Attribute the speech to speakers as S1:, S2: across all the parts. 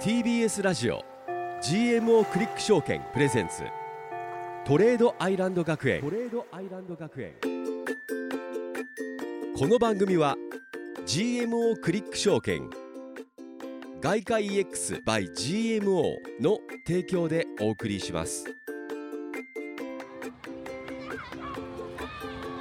S1: TBS ラジオ GMO クリック証券プレゼンツトレードアイランド学園トレードアイランド学園この番組は GMO クリック証券外貨 EX by GMO の提供でお送りします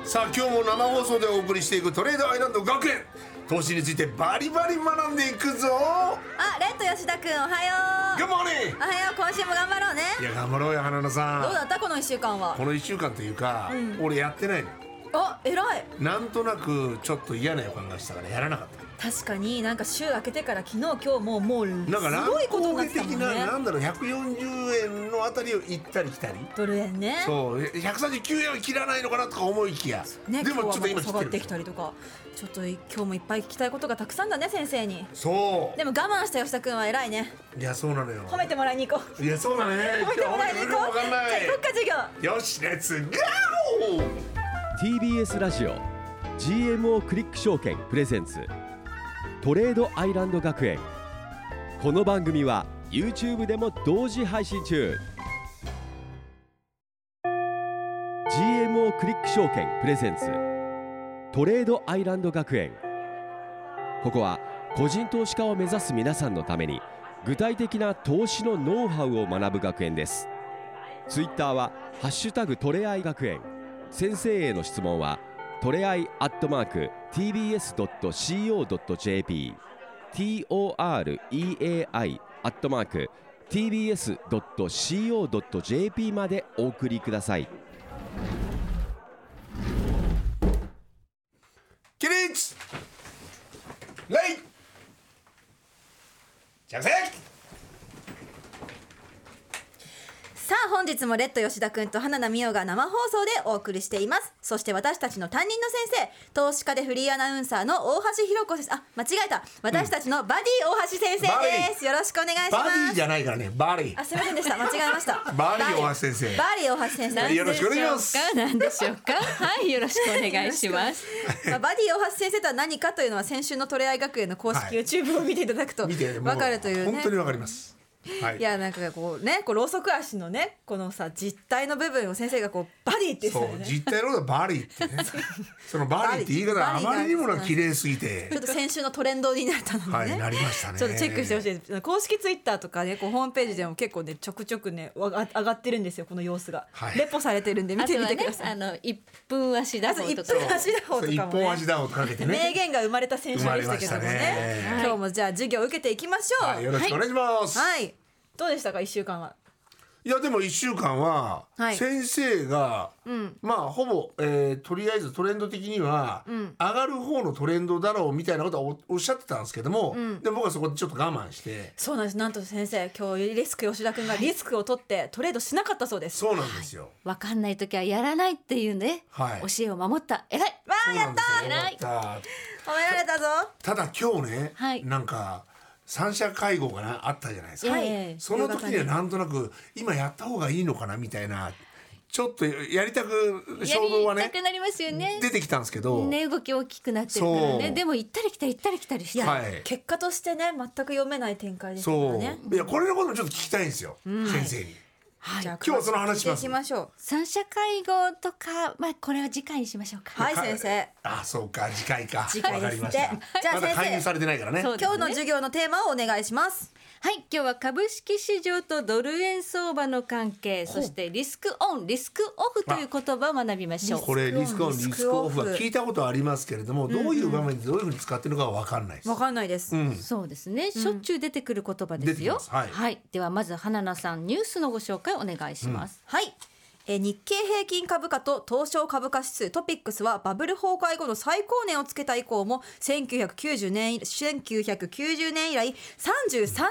S2: さあ今日も生放送でお送りしていくトレードアイランド学園投資についてバリバリ学んでいくぞ
S3: あ、レッド吉田くんおはよ
S2: 頑張れ
S3: う。おはよう、今週も頑張ろうね。
S2: いや頑張ろうよ花野
S3: どう
S2: さ
S3: だったこの一週間は
S2: んこ。の1週間というか、
S3: ん
S2: 俺やってないの
S3: あ、偉い。
S2: なんとなくちょっと嫌な予感がしたからやらなかった
S3: 確かになんか週明けてから昨日今日もうもうす
S2: なんか
S3: ごいことになって
S2: 的
S3: たもん
S2: な、
S3: ね。
S2: なんだろう140円のあたりを行ったり来たり
S3: ドル円ね。
S2: そう139円は切らないのかなとか思いきや、
S3: ね、
S2: でも
S3: 今
S2: ち
S3: 日
S2: ょっと今切って
S3: はまた下がっ
S2: る
S3: てきたりとか。ちょっと今日もいっぱい聞きたいことがたくさんだね先生に。
S2: そ
S3: でも我慢した吉田くんは偉いね。
S2: ういやそうなのよ
S3: 褒めてもらいに行こう。
S2: いやそうだね
S3: 褒めてもら
S2: 今日褒め
S3: いに行こう。
S2: てくれるか分かん
S3: じゃ
S2: な
S3: あ
S2: い
S3: 行こっか授業。
S2: よしレッツゴー
S1: TBS ラジオ GMO クリック証券プレゼンツトレードアイランド学園この番組は YouTube でも同時配信中 GMO クリック証券プレゼンツトレードアイランド学園ここは個人投資家を目指す皆さんのために具体的な投資のノウハウを学ぶ学園ですツイッターは「ハッシュタグトレアイ学園」先生への質問はトレアイアットマーク TBS.CO.JP TOREAI アットマーク TBS.CO.JP までお送りください
S2: 起立礼着席
S3: さあ本日もレッド吉田くんと花名美桜が生放送でお送りしていますそして私たちの担任の先生投資家でフリーアナウンサーの大橋弘子先生あ間違えた私たちのバディ大橋先
S2: バデ
S3: 生
S2: ィ
S3: です、よろしくお願いし
S2: バディ
S3: ま
S2: じ
S3: す
S2: ゃないからねバディ
S3: あすいませんでした間違えました
S2: バディ大橋先生
S3: バディ大橋先生
S2: はいよろしくお願いします
S4: なんでしょうか。はい、よろしくお願いします。
S3: まあバディ大橋先生とは何かというのは先週のトレアイ学園の公
S2: は
S3: 式
S2: い
S3: YouTube を見ていただくと
S2: 見て
S3: 分
S2: もう
S3: かるというね
S2: 本当にわかりますはい
S3: いやなんかこうねこうろうそく足のねこのさ実体の部分を先生がこうバディって言ってた
S2: そ
S3: よ
S2: う
S3: ね
S2: 実態のことはバディって ねそのバディって言い方があまりにも綺麗すぎて
S3: ちょっと先週のトレンドになったのでね。
S2: はいなりましたね
S3: ちょっとチェックしてほしいです。公式ツイッターとかね、こうホームページでも結構ね、ちょくちょくね、わが上がってるんですよ、この様子が。
S2: はい
S3: レポされてる んで、見
S4: あと
S3: てみ
S4: は
S3: てく
S4: ね
S3: だ、さ
S4: あ
S3: い。
S4: の一分足だ
S3: あと
S4: ぞ
S3: 一
S4: とか
S3: 分。足打法と
S2: 一
S3: かも
S2: 本足
S3: ね。
S2: だをかけて
S3: 名
S2: ね
S3: 言が生まれた選手でしたけども
S2: 生
S3: ね
S2: まれましたね
S3: 今日もじゃあ授業受けていきましょう。
S2: はいよろしくお願いします
S3: はい。はいどうでしたか、一週間は。
S2: いやでも1週間は
S3: はい
S2: 先生が、
S3: ん
S2: まあほぼ、えーとりあえずトレンド的には、上がる方のトレンドだろうみたいなことはおおっしゃってたんですけども、でも僕はそこでちょっと我慢して
S3: そうなんです。なんと先生、今日リスク吉田君がリスクを取ってトレードしなかったそうです。
S2: そうなんですよ。
S4: わかんないときはやらないっていうね、
S2: はい
S4: 教えを守った偉い。
S3: わ
S2: そ
S3: あ、
S2: う
S3: や
S2: な
S3: っ
S2: んで
S3: た
S2: すよ
S4: 偉い
S2: よかった
S3: 褒められたぞ。
S2: ただ今日ね、
S4: はい
S2: なんか三者会合がなあったじゃないですか、
S4: はい
S2: その時にはなんとなく今やった方がいいのかなみたいなちょっとやりたく
S4: や
S2: 衝動は
S4: り
S2: ね
S4: たくなりますよね。
S2: 出てきたんですけど、
S4: ね、動き大きくなってるから
S2: そ
S4: ね、
S2: う
S4: でも行ったり来たり行ったり来たりして。
S2: はい
S3: 結果としてね、全く読めない展開でしたから
S2: そう、
S3: ね。
S2: いやこれのこともちょっと聞きたいんですよ、先生に。
S4: はい
S3: じゃあ
S2: 今日はその話します
S3: 聞いていきましょう。
S4: 三者会合とか、まあ、これは次回にしましょうか。
S3: はい先生。
S2: あ、そうか、次回か。
S3: 次回
S2: わかりまし
S3: です
S2: た
S3: ってじゃあ
S2: まだ
S3: 先生
S2: 介入されてないからね。
S4: そうです
S3: 今
S4: ね
S3: 日の授業のテーマをお願いします。
S4: はい、今日は株式市場とドル円相場の関係、そしてリスクオン、リスクオフという言葉を学びましょう。
S2: これリスクオン、リ
S3: リス
S2: ス
S3: ク
S2: ク
S3: オ
S2: オ
S3: フ
S2: フは聞いたことはありますけれども、どういう場面でどういうふうに使ってるのかは分かんないです
S3: わ。かんないです。
S2: うん、
S4: そうですね、しょっちゅう出てくる言葉です
S2: 出
S4: よ
S2: てき。ますはい
S4: ではまず花菜さん、ニュースのご紹介お願いします。
S3: はい。えー日経平均株価と東証株価指数トピックスはバブル崩壊後の最高値をつけた以降も1990年以1990年以来33年ぶりの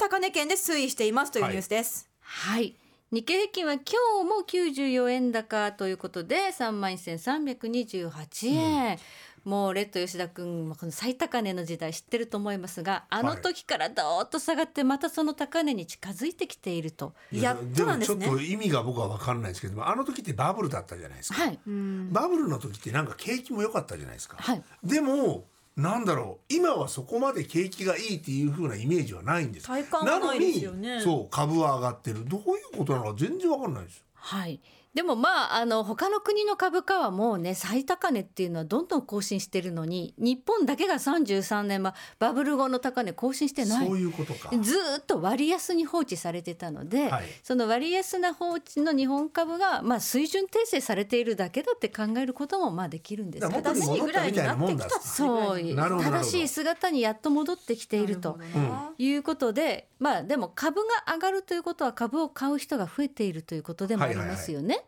S3: 高値圏で推移していますというニュースです。
S4: はい。日経平均は今日も94円高ということで3万1328円、もうレッド吉田君もこの最高値の時代知ってると思いますがあの時からどーっと下がってまたその高値に近づいてきていると。
S3: やっとなんです
S2: も
S3: ね
S2: ちょっ。と意味が僕は分かんないですけども、あの時ってバブルだったじゃないですか。
S4: はい、
S2: バブルの時ってなんか景気も良かったじゃないですか。
S4: はい
S2: でもなんだろう今はそこまで景気がいいっていう風なイメージはないんです
S3: 体感がないですよね
S2: なのにそう株は上がってるどういうことなのか全然わかんないです
S4: はい。でもまああの他の国の株価はもうね最高値っていうのはどんどん更新してるのに日本だけが33年はバブル後の高値更新してない
S2: そういうことか
S4: ずーっと割安に放置されてたので、
S2: はい
S4: その割安な放置の日本株が、まあ、水準訂正されているだけだって考えることもまあできるんです
S2: だ
S4: けど
S2: から
S3: 正しいぐらいになってきたって
S4: そう
S3: い
S4: いうう
S2: なるほどなるほど
S4: 正しい姿にやっと戻ってきていると
S3: なほどね
S4: いうことで、まあ、でも株が上がるということは株を買う人が増えているということでもありますよね。
S3: うん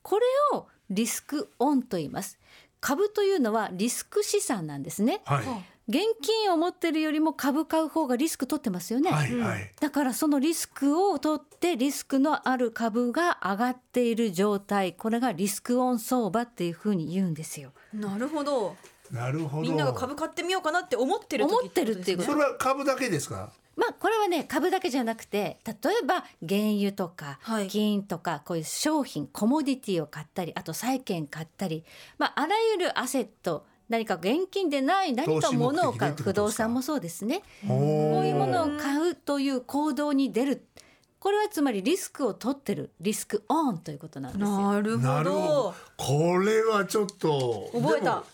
S4: これをリスクオンと言います。株というのはリスク資産なんですね。
S2: はい
S4: 現金を持ってるよりも株買う方がリスク取ってますよね。
S2: はいはい
S4: だからそのリスクを取ってリスクのある株が上がっている状態これがリスクオン相場っていうふうに言うんですよ。
S3: なるほど
S2: なるほど
S3: みんなが株買ってみようかなって思ってる時
S4: 思ってるっていうこと
S2: それは株だけですか
S4: まあこれはね株だけじゃなくて例えば原油とか
S3: はい
S4: 金とかこういう商品コモディティを買ったりあと債券買ったり、まあ、あらゆるアセット何か現金でない何か物を買う
S2: 投資目的でってことですか
S4: 不動産もそうですねこ
S2: こ
S4: ういうものを買うという行動に出るこれはつまりリスクを取ってるリスクオンということなんですよ。
S3: なる
S2: な
S3: ほ
S2: るほ
S3: ど
S2: どこれはちょっと
S3: 覚えた
S2: でも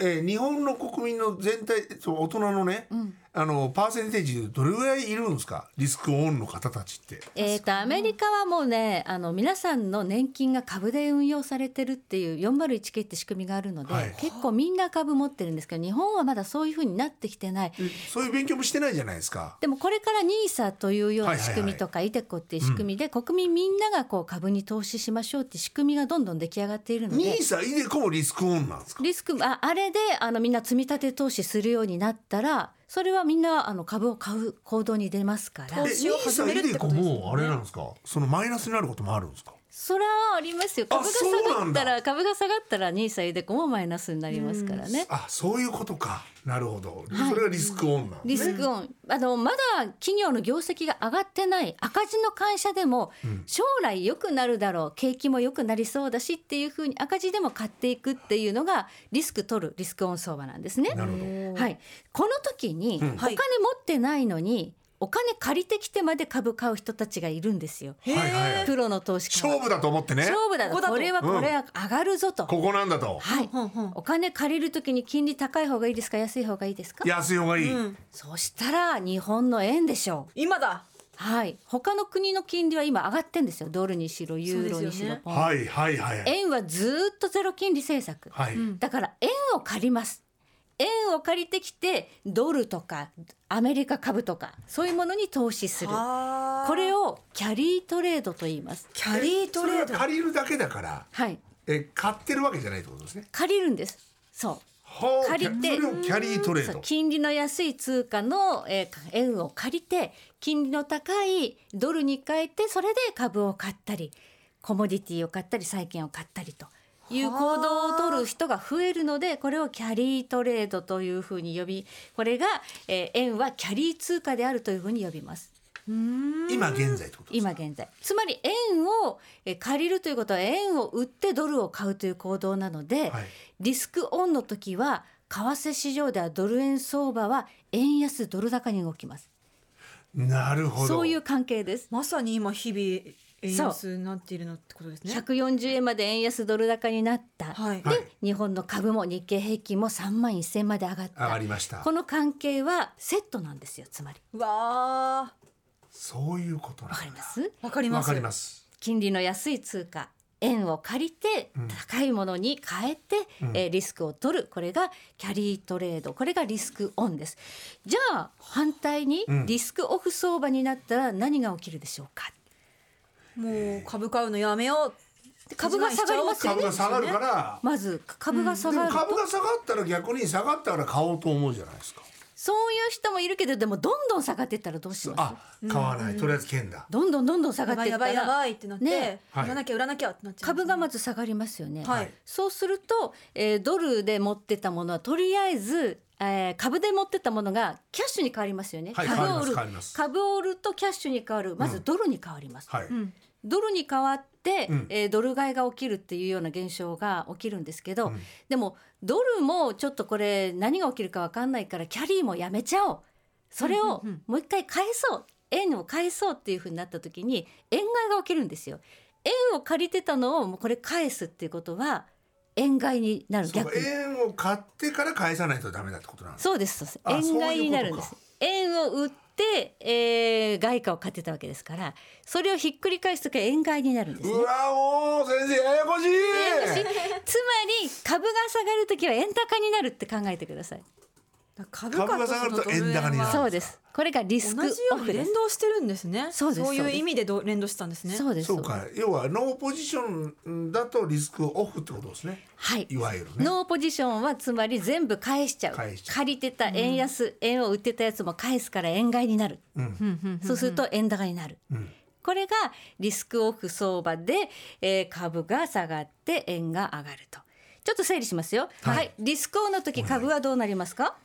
S2: えー日本の国民の全体そう大人のね、あのパーセンテージでどれぐらいいるんですかリスクオンの方たちって
S4: えー、とアメリカはもうねあの皆さんの年金が株で運用されてるっていう 401k って仕組みがあるので、
S2: はい
S4: 結構みんな株持ってるんですけど日本はまだそういうふうになってきてない。
S2: でそういう勉強もしてないじゃないですか
S4: でもこれから NISA というよう
S2: は
S4: ない
S2: はいはい
S4: 仕組みとか iTeco っていう仕組みで国民みんながこう株に投資しましょうっていう仕組みがどんどん出来上がっているので
S2: NISA イデコもリスクオンなんですか
S4: リスクああれであのみんな積み立て投資するようになったらそれはみんなあの株を買う行動に出ますから
S3: 投資を始めるってことですよ
S2: え NISA イデ
S3: ね
S2: コもあれなんですかそのマイナスになることもあるんですか
S4: それはありますよ株が下がったら株が下がったら NISA イデコもマイナスになりますからね。
S2: あそういうことかなるほど、それがリスクオンなん
S4: リ
S2: です
S4: スクオン、あのまだ企業の業績が上がってない赤字の会社でも将来良くなるだろう景気も良くなりそうだしっていうふうに赤字でも買っていくっていうのがリスク取るリスクオン相場なんですね。
S2: なるほど
S4: はい、この時にお
S2: ん
S4: 金持ってないのにお金借りてきてまで株買う人たちがいるんですよ。
S3: へ
S2: はいはいは
S3: え
S2: い
S4: プロの投資家は
S2: 勝負だと思ってね
S4: 勝負だと
S3: ここだと
S4: これはこれは上がるぞと、
S2: ここなんだと
S4: はい
S3: ほんほん
S4: お金借りる時に金利高い方がいいですか安い方がいいですか
S2: 安い方がいい、
S4: そしたら日本の円でしょう
S3: 今だ
S4: はい他の国の金利は今上がってんですよドルにしろユーロに
S3: そうです
S4: し
S3: よ
S4: ろ
S3: ね
S4: ポンド、
S2: はいはいはい
S4: 円はずーっとゼロ金利政策、
S2: はい、
S4: だから円を借ります円を借りてきてドルとかアメリカ株とかそういうものに投資する
S3: あ
S4: これをキャリートレードと言います
S3: キャリートレー
S2: それ
S3: ド
S2: は借りるだけだから
S4: はい
S2: え買ってるわけじゃないってことですね
S4: 借りるんですそう
S2: はあ
S4: 借りて
S2: それをキャリートレー
S4: そう
S2: ド
S4: 金利の安い通貨の、えー円を借りて金利の高いドルに変えてそれで株を買ったりコモディティを買ったり債券を買ったりという行動を取る人が増えるのでこれをキャリートレードというふうに呼びこれが、えー円はキャリー通貨であるというふうに呼びます。
S2: 今現在ってことです
S4: 今現在つまり円をえー借りるということは円を売ってドルを買うという行動なので、
S2: はい
S4: リスクオンの時は為替市場ではドル円相場は円安ドル高に動きます
S2: なるほど
S4: そういう関係です
S3: まさに今日々円安になっているのってことですね
S4: 140円まで円安ドル高になった、
S3: はい
S2: はい
S4: 日本の株も日経平均も3万1000まで上が
S2: 上
S4: った
S2: がりました
S4: この関係はセットなんですよつまり
S3: わあ
S2: そういうことなんだ
S4: わかります
S3: わかりま
S2: わ
S3: す
S2: かります
S4: 金利の安い通貨円を借りて高いものに変えて、えーリスクを取るこれがキャリートレードこれがリスクオンですじゃあ反対に
S2: ん
S4: リスクオフ相場になったら何が起きるでしょうか、
S3: もう株買うのやめよう
S4: 株が下がりますよね
S2: 株が下がるから
S4: まず株が下
S2: で
S4: が
S2: も
S4: ると、
S2: 株が下がったら逆に下がったから買おうと思うじゃないですか
S4: そういう人もいるけどでもどんどん下がっていったらどうします
S2: あ買わないとりあえず券だ
S4: どんどんどんどん下が
S3: や
S4: っ
S3: ば
S4: て
S3: い
S4: いっ
S3: やばいや
S4: たら
S3: ばいってなって、
S4: ね
S2: はい
S3: 売らなきゃ売らなきゃってなっちゃう
S4: 株がまず下がりますよね、
S3: はい
S4: そうすると、えードルで持ってたものはとりあえず、えー株で持ってたものがキャッシュに変わりますよね、
S2: はい
S4: 株を売
S2: 変わります
S4: る
S2: 変わります
S4: 株を売るとキャッシュに変わるまずドルに変わります、
S2: はい、
S3: ん
S4: ドルに変わってて、
S2: うん
S4: えードル買いが起きるっていうような現象が起きるんですけど、
S2: うん
S4: でもドルもちょっとこれ何が起きるか分かんないからキャリーもやめちゃおうそれを
S3: うんうんうん
S4: もう一回返そう円を返そうっていうふうになった時に円買いが起きるんですよ。円を借りてたのをもうこれ返すっていうことは円買いになる
S2: そうか
S4: 逆に
S2: 円を買ってから返さないとダメだってことなんです
S4: そうですそう
S2: あ
S4: です円買いになるんで
S2: そ
S4: す
S2: うい
S4: 円を売って、えー外貨を買ってたわけですからそれをひっくり返すときは円買いになるんですね
S2: うわおー先生ややこしい
S4: ややこしいつまり株が下がるときは円高になるって考えてください
S3: 株
S2: 価と
S3: 価とそのドル
S2: 円高になる
S4: そうですこれがリス
S3: 同
S4: ク
S3: じよ
S4: オ
S3: う
S4: フ
S3: に
S4: で
S3: 連
S4: す
S3: 動してるんですね
S4: そうです
S3: い
S4: そ
S3: う
S4: うです
S3: 意味でど連動してたんですね
S4: そうです
S2: そうか要はノーポジションだとリスクオフってことですね
S4: はい
S2: いわゆるね
S4: ノーポジションはつまり全部返しちゃう
S2: 返しちゃう
S4: 借りてた円安、円を売ってたやつも返すから円買いになる、
S2: うん
S3: うんうんうん
S4: そうすると円高になる、
S2: うん
S4: これがリスクオフ相場で、えー株が下がって円が上がるとちょっと整理しますよ
S2: は
S4: はいい、リスクオフの時株はどうなりますか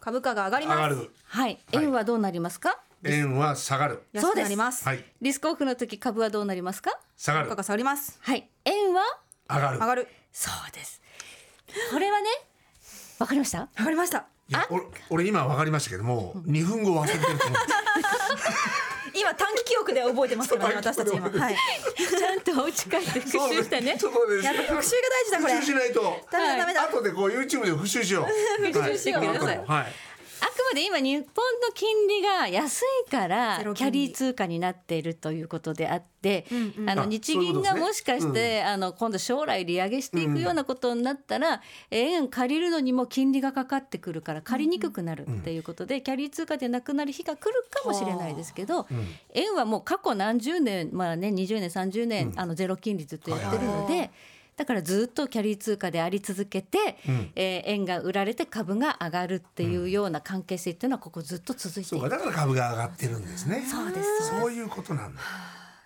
S3: 株価が上がり
S2: 上が
S3: ます
S2: る
S4: はい
S2: はい
S4: 円はどうなりますか、
S2: 円は下がる
S3: 安くなります
S2: はい
S4: リスクオフの時株はどうなりますか
S2: 下がる
S3: 株価が下がります
S4: はい円は
S2: 上がる
S3: 上がる
S4: そうですこれはねわかりました
S3: 上がりました
S2: いや俺俺今分かりましたけども2分後忘れてると思 う
S3: 今短期記憶で覚えてますからね
S2: そう
S3: 私たち
S2: 短
S3: 今
S2: 期記憶で
S3: はい
S4: ちゃんとお家帰って復習したね
S2: そうそうです
S3: やっぱ復習が大事だこれ
S2: 復習しないと
S3: ダメだダメだ
S2: 後でこう YouTube で復習しよう
S4: 復習しよう
S2: はい
S4: ください
S2: この後もはい
S4: あくまで今日本の金利が安いから
S3: ゼロ
S4: キ
S3: 金
S4: ャ
S3: 利
S4: リー通貨になっているということであって、
S3: うんうん
S4: あの
S2: あ
S4: 日
S2: そういうこ
S4: 銀
S2: とです
S4: が
S2: ね
S4: もしかしてあの今度将来利上げしていくようなことになったら、円借りるのにも金利がかかってくるから借りにくくなるっていうことで、キャリー通貨でなくなる日が来るかもしれないですけど、
S2: ん
S4: 円はもう過去何十年まあね20年30年、あのゼロ金利ずっとやってるので。
S3: はいは
S4: だからずっとキャリー通貨であり続けて、
S2: ん
S4: えー円が売られて株が上がるっていうような関係性っていうのはここずっと続いて
S2: そ
S4: いう
S2: か
S4: る。
S2: だから株が上がってるんですね
S4: そうです
S2: そういうことなんだ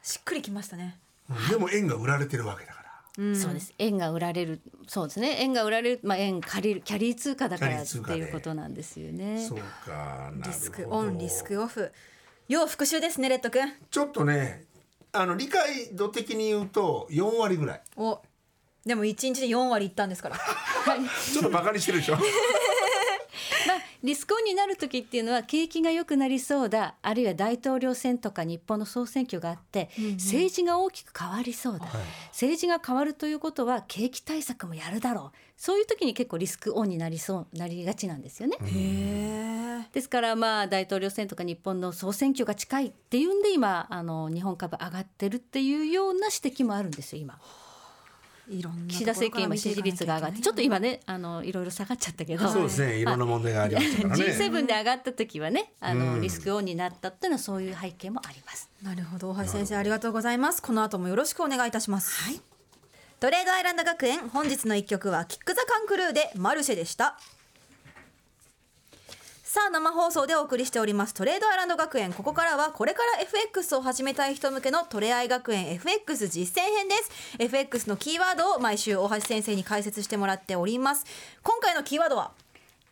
S3: しっくりきましたね
S2: うんでも円が売られてるわけだから
S4: そうです。円が売られる、そうですね。円が売られる、まあ円借りるキャリー通貨だか
S2: キャリ
S4: ら
S2: ー
S4: っ
S2: 通
S4: て
S2: 貨で
S4: いうことなんですよね。
S2: そうかな
S3: リ
S2: る
S3: スク
S2: ほ
S3: オ
S2: ど
S3: ンリスクオフ要復習ですねレッドくん
S2: ちょっとねあの理解度的に言うと4割ぐらい
S3: おでも一日で4割いったんですから
S2: ちょっとバカにしてる でしょ
S4: まあリスクオンになる時っていうのは景気が良くなりそうだ、あるいは大統領選とか日本の総選挙があって、政治が大きく変わりそうだ。政治が変わるということは景気対策もやるだろう。そういう時に結構リスクオンになりそうなりがちなんですよね。
S3: へえ
S4: ですからまあ大統領選とか日本の総選挙が近いっていうんで今あの日本株上がってるっていうような指摘もあるんですよ今
S3: いろんな
S4: 岸田政権今支持率が上がってちょっと今
S3: ね
S4: ねあのいろいろ下がっちゃったけど
S2: そう ですねいろんな問題がありましたからね
S4: G7 で上がった時はねあ
S2: う
S4: の
S2: ん
S4: リスクオンになったっていうのはそういう背景もあります。
S3: なるほど大橋先生ありがとうございますこの後もよろしくお願いいたしますはいトレードアイランド学園本日の一曲はキックザカンクルーでマルシェでしたさあ生放送でお送りしておりますトレードアイランド学園ここからはこれから FX を始めたい人向けのトレアイ学園 FX 実践編です FX のキーワードを毎週大橋先生に解説してもらっております今回のキーワードは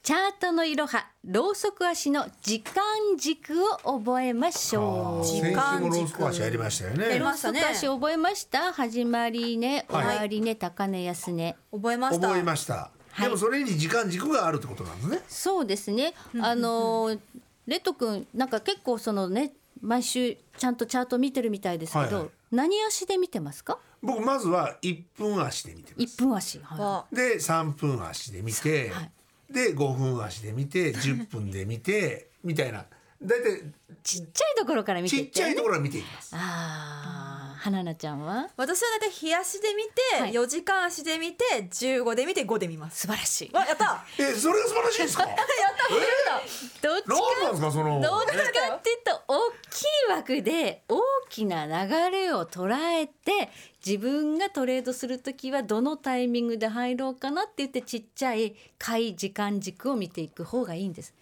S4: チャートのいろはろうそく足の時間軸を覚えましょう。
S2: 先週もロースコアしやりましたよ
S3: やり
S2: ね
S3: ましたね
S4: ろうそく足覚えました始まりね
S2: はい
S4: 終わりね、高値安値。
S3: 覚えました
S2: 覚えました
S4: はい
S2: でもそれに時間軸があるってことなんですね
S4: そうですね。あのーレッド君なんか結構そのね毎週ちゃんとチャート見てるみたいですけど、
S2: はいはい
S4: 何足で見てますか？
S2: 僕まずは1分足で見てます
S4: 一分足。は
S3: あ
S2: で3分足で見て、
S4: はい
S2: で5分足で見て10分で見てみたいな大体
S4: いちっちゃいところから見て
S2: ち
S4: て、
S2: っちゃいところは見ていきます。
S4: ああ、花菜ちゃんは
S3: 私は大体日足で見て、
S4: はい
S3: 4時間足で見て15で見て5で見ます
S4: 素晴らしい。
S3: わやった
S2: えそれが素晴らしいんですか。やった何な
S4: どっちか
S2: んですかその。
S4: どっちかっていうと大きい枠で大きな流れを捉えて自分がトレードする時はどのタイミングで入ろうかなって言ってちっちゃい買い時間軸を見ていく方がいいんです。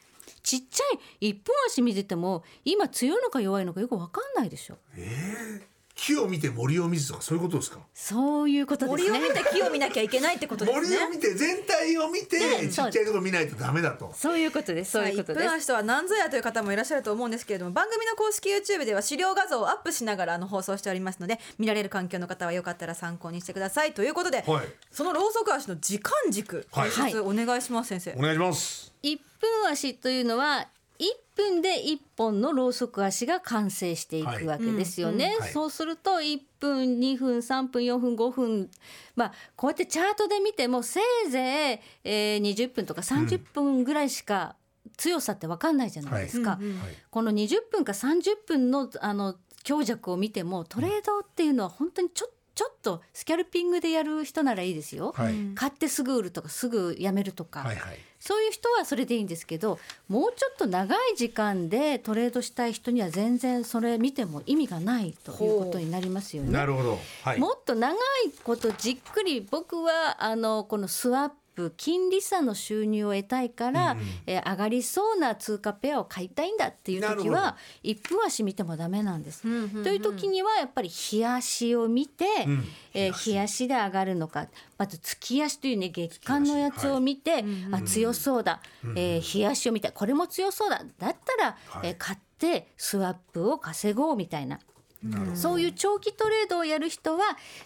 S4: ちっちゃい一本足見てても今強いのか弱いのかよくわかんないでしょ。
S2: え木を見て森を見ずとかそういうことですか
S4: そういうことで
S3: 森
S4: す
S3: を
S4: ね
S3: 見て木を見なきゃいけないってことです
S2: 森
S3: ね
S2: を見て全体を見て
S4: ね
S2: ちっちゃいとこ見ないとダメだと
S4: そういうことですそういうこと
S3: さあ
S4: で
S3: 1分
S4: す
S3: 足とは何ぞやという方もいらっしゃると思うんですけれども番組の公式 YouTube では資料画像をアップしながらあの放送しておりますので見られる環境の方はよかったら参考にしてくださいということで、
S2: はい
S3: そのろうそく足の時間軸
S2: はい
S3: 解説お願いします先生、
S2: お願いします
S4: 一分足というのは一分で一本のろうそく足が完成していくわけですよね、
S2: うんはい
S4: そうすると一分二分三分四分五分まあこうやってチャートで見てもせいぜい、えー、20分とか30分ぐらいしか強さって分かんないじゃないですか、
S3: うんうん
S2: はい
S4: この20分か30分のあの強弱を見てもトレードっていうのは本当にちょちょっとスキャルピングでやる人ならいいですよ。
S2: はい
S4: 買ってすぐ売るとかすぐやめるとか、
S2: はいはい
S4: そういう人はそれでいいんですけどもうちょっと長い時間でトレードしたい人には全然それ見ても意味がないということになりますよね。
S2: なるほどはい
S4: もっと長いことじっくり僕はあのこのスワップ金利差の収入を得たいから、
S2: うんうん
S4: えー上がりそうな通貨ペアを買いたいんだっていう
S2: なるほ
S4: 時
S2: ど
S4: は一分足見てもダメなんです。
S3: うんうんうん
S4: という時にはやっぱり日足を見て、
S2: うん
S4: えー日足で上がるのかまず月足というね月間のやつを見て、あ強そうだ、えー日足を見てこれも強そうだだったら、
S2: はい
S4: えー買ってスワップを稼ごうみたいな
S2: なるほど
S4: そういう長期トレードをやる人は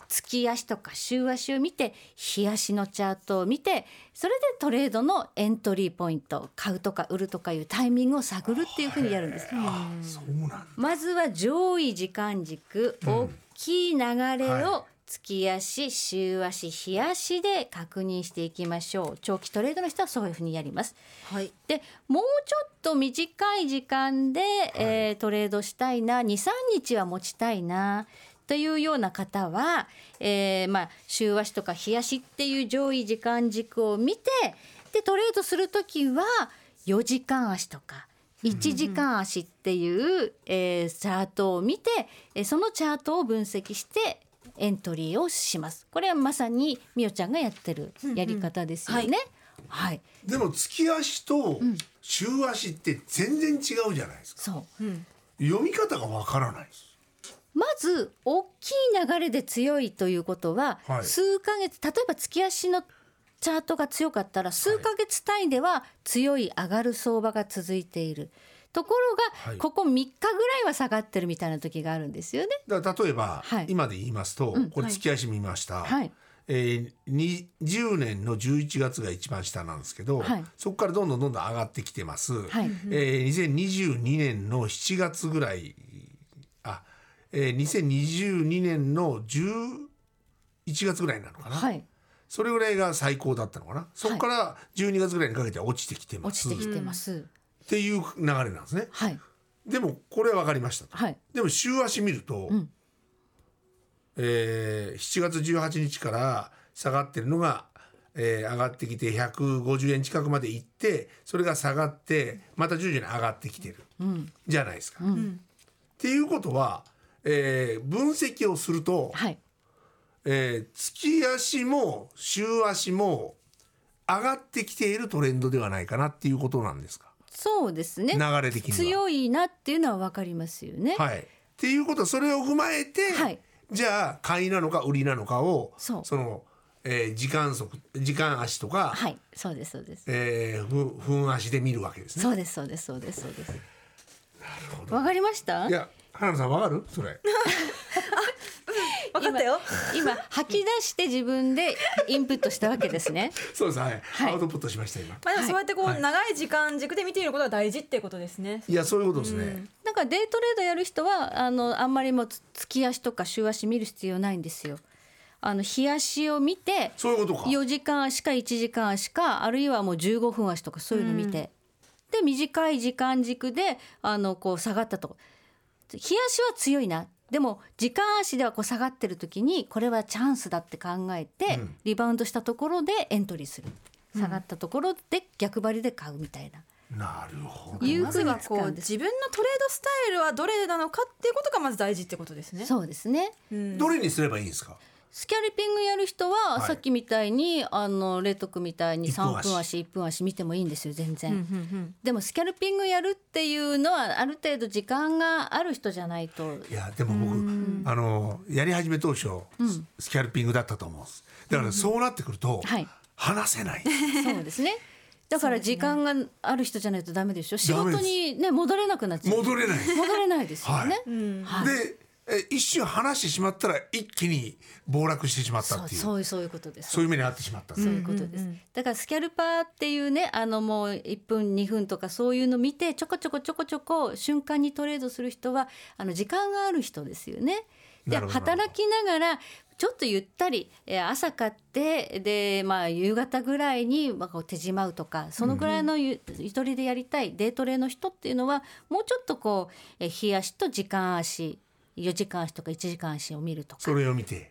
S4: 月足とか週足を見て日足のチャートを見てそれでトレードのエントリーポイント買うとか売るとかいうタイミングを探るっていうふうにやるんです。
S2: あそうなんだ
S4: まずは上位時間軸大きい流れ
S2: は
S4: を月足週足日足で確認していきましょう長期トレードの人はそういうふうにやります。
S3: はい
S4: でもうちょっと短い時間で、えートレードしたいな23日は持ちたいなというような方は、えーまあ、週足とか日足っていう上位時間軸を見てでトレードする時は4時間足とか1時間足っていう、えーチャートを見てえーそのチャートを分析してエントリーをします。これはまさにみおちゃんがやってるやり方ですよね。
S3: うんうん
S4: はい、
S2: でも月足と週足って全然違うじゃないですか、
S4: そう
S3: うん
S2: 読み方がわからないです
S4: まず大きい流れで強いということは、
S2: はい
S4: 数ヶ月例えば月足のチャートが強かったら数ヶ月単位では強い上がる相場が続いているところ
S2: はい
S4: がここ3日ぐらいは下がってるみたいな時があるんですよね。
S2: だから例えば、
S4: はい
S2: 今で言いますと、これ月足見ました、
S4: はい
S2: えー、20年の11月が一番下なんですけど、
S4: はい
S2: そこからどんどんどんどん上がってきてます、
S4: はい
S2: えー、2022年の7月ぐらいあ、えー、2022年の11月ぐらいなのかな、
S4: はい、
S2: それぐらいが最高だったのかなそこから12月ぐらいにかけては落ちてきてま
S4: 落ち
S2: す、
S4: てき
S2: って
S4: ます。
S2: ていう流れなんですね
S4: はい
S2: でもこれは分かりましたと
S4: はい
S2: でも週足見ると、
S4: ん
S2: えー7月18日から下がってるのが、えー上がってきて150円近くまで行ってそれが下がってまた徐々に上がってきてる、じゃないですか。っていうことは、えー分析をすると、
S4: はい
S2: えー月足も週足も上がってきているトレンドではないかなっていうことなんですか
S4: そうですね
S2: 流れ的には。
S4: 強いなっていうのは分かりますよね。
S2: はい、っていうことはそれを踏まえて、
S4: はい
S2: じゃあ買いなのか売りなのかを
S4: そう
S2: の、えー時間足時間足とか、
S4: はい、そうですそうです。
S2: えーふ分足で見るわけですね。
S4: そうですそうですそうですそうです。わかりました
S2: い？や花野さんわかる それ
S3: 分かったよ
S4: 今吐き出して自分でインプットしたわけですね。
S2: そうですはい、
S4: はい
S2: アウトプットしました今
S3: まあでもそうやってこう、
S2: はい
S3: 長い時間軸で見ていることが大事っていうことですね
S2: いやそういうことですね、
S4: なんかデイトレードやる人はあのあんまりもうつ月足とか週足見る必要ないんですよ。あの日足を見て
S2: そういうことか
S4: 4時間足か1時間足かあるいはもう15分足とかそういうの見て、で短い時間軸であのこう下がったとこ日足は強いなでも時間足ではこう下がってる時にこれはチャンスだって考えて、
S2: うん
S4: リバウンドしたところでエントリーする下がったところで逆張りで買うみたいな、
S2: なるほど
S4: ゆっ
S3: まず
S4: くり
S3: は
S4: 使
S3: こう
S4: うんです
S3: 自分のトレードスタイルはどれなのかっていうことがまず大事ってことですね。
S4: そうですね
S3: うん
S2: どれにすればいいんですか
S4: スキャルピングやる人は、
S2: はい
S4: さっきみたいにあのレト君みたいに
S2: 一本
S4: 3
S2: 足
S4: 分足1分足見てもいいんですよ全然、
S3: うんうん
S4: でもスキャルピングやるっていうのはある程度時間がある人じゃないと
S2: いやでも僕あのやり始め当初、スキャルピングだったと思うんですだからそうなってくると、
S4: はい
S2: 話せない
S4: そうです ね。だから時間がある人じゃないとダメでしょ。仕
S2: ダメで
S4: 事
S2: す
S4: にね戻れなくなっちゃう。
S2: 戻れない
S4: 戻れないですよね。
S2: はい
S4: はい
S2: でえ一瞬話してしまったら一気に暴落してしまった
S4: そ
S2: っ
S4: う
S2: ていう
S4: そういうそういうことです。
S2: そういう目に遭ってしまったんです
S4: そういうことです。だからスキャルパーっていうね、あのもう1分2分とかそういうの見てちょこちょこちょこちょこ瞬間にトレードする人はあの時間がある人ですよね。で
S2: なるほど
S4: 働きながらちょっとゆったり、えー朝買ってでまあ夕方ぐらいにまあこう手締まうとかそのぐらいのゆ,、とりでやりたいデートレの人っていうのはもうちょっとこう、えー、日足と時間足4時間足とか1時間足を見るとか
S2: それを見て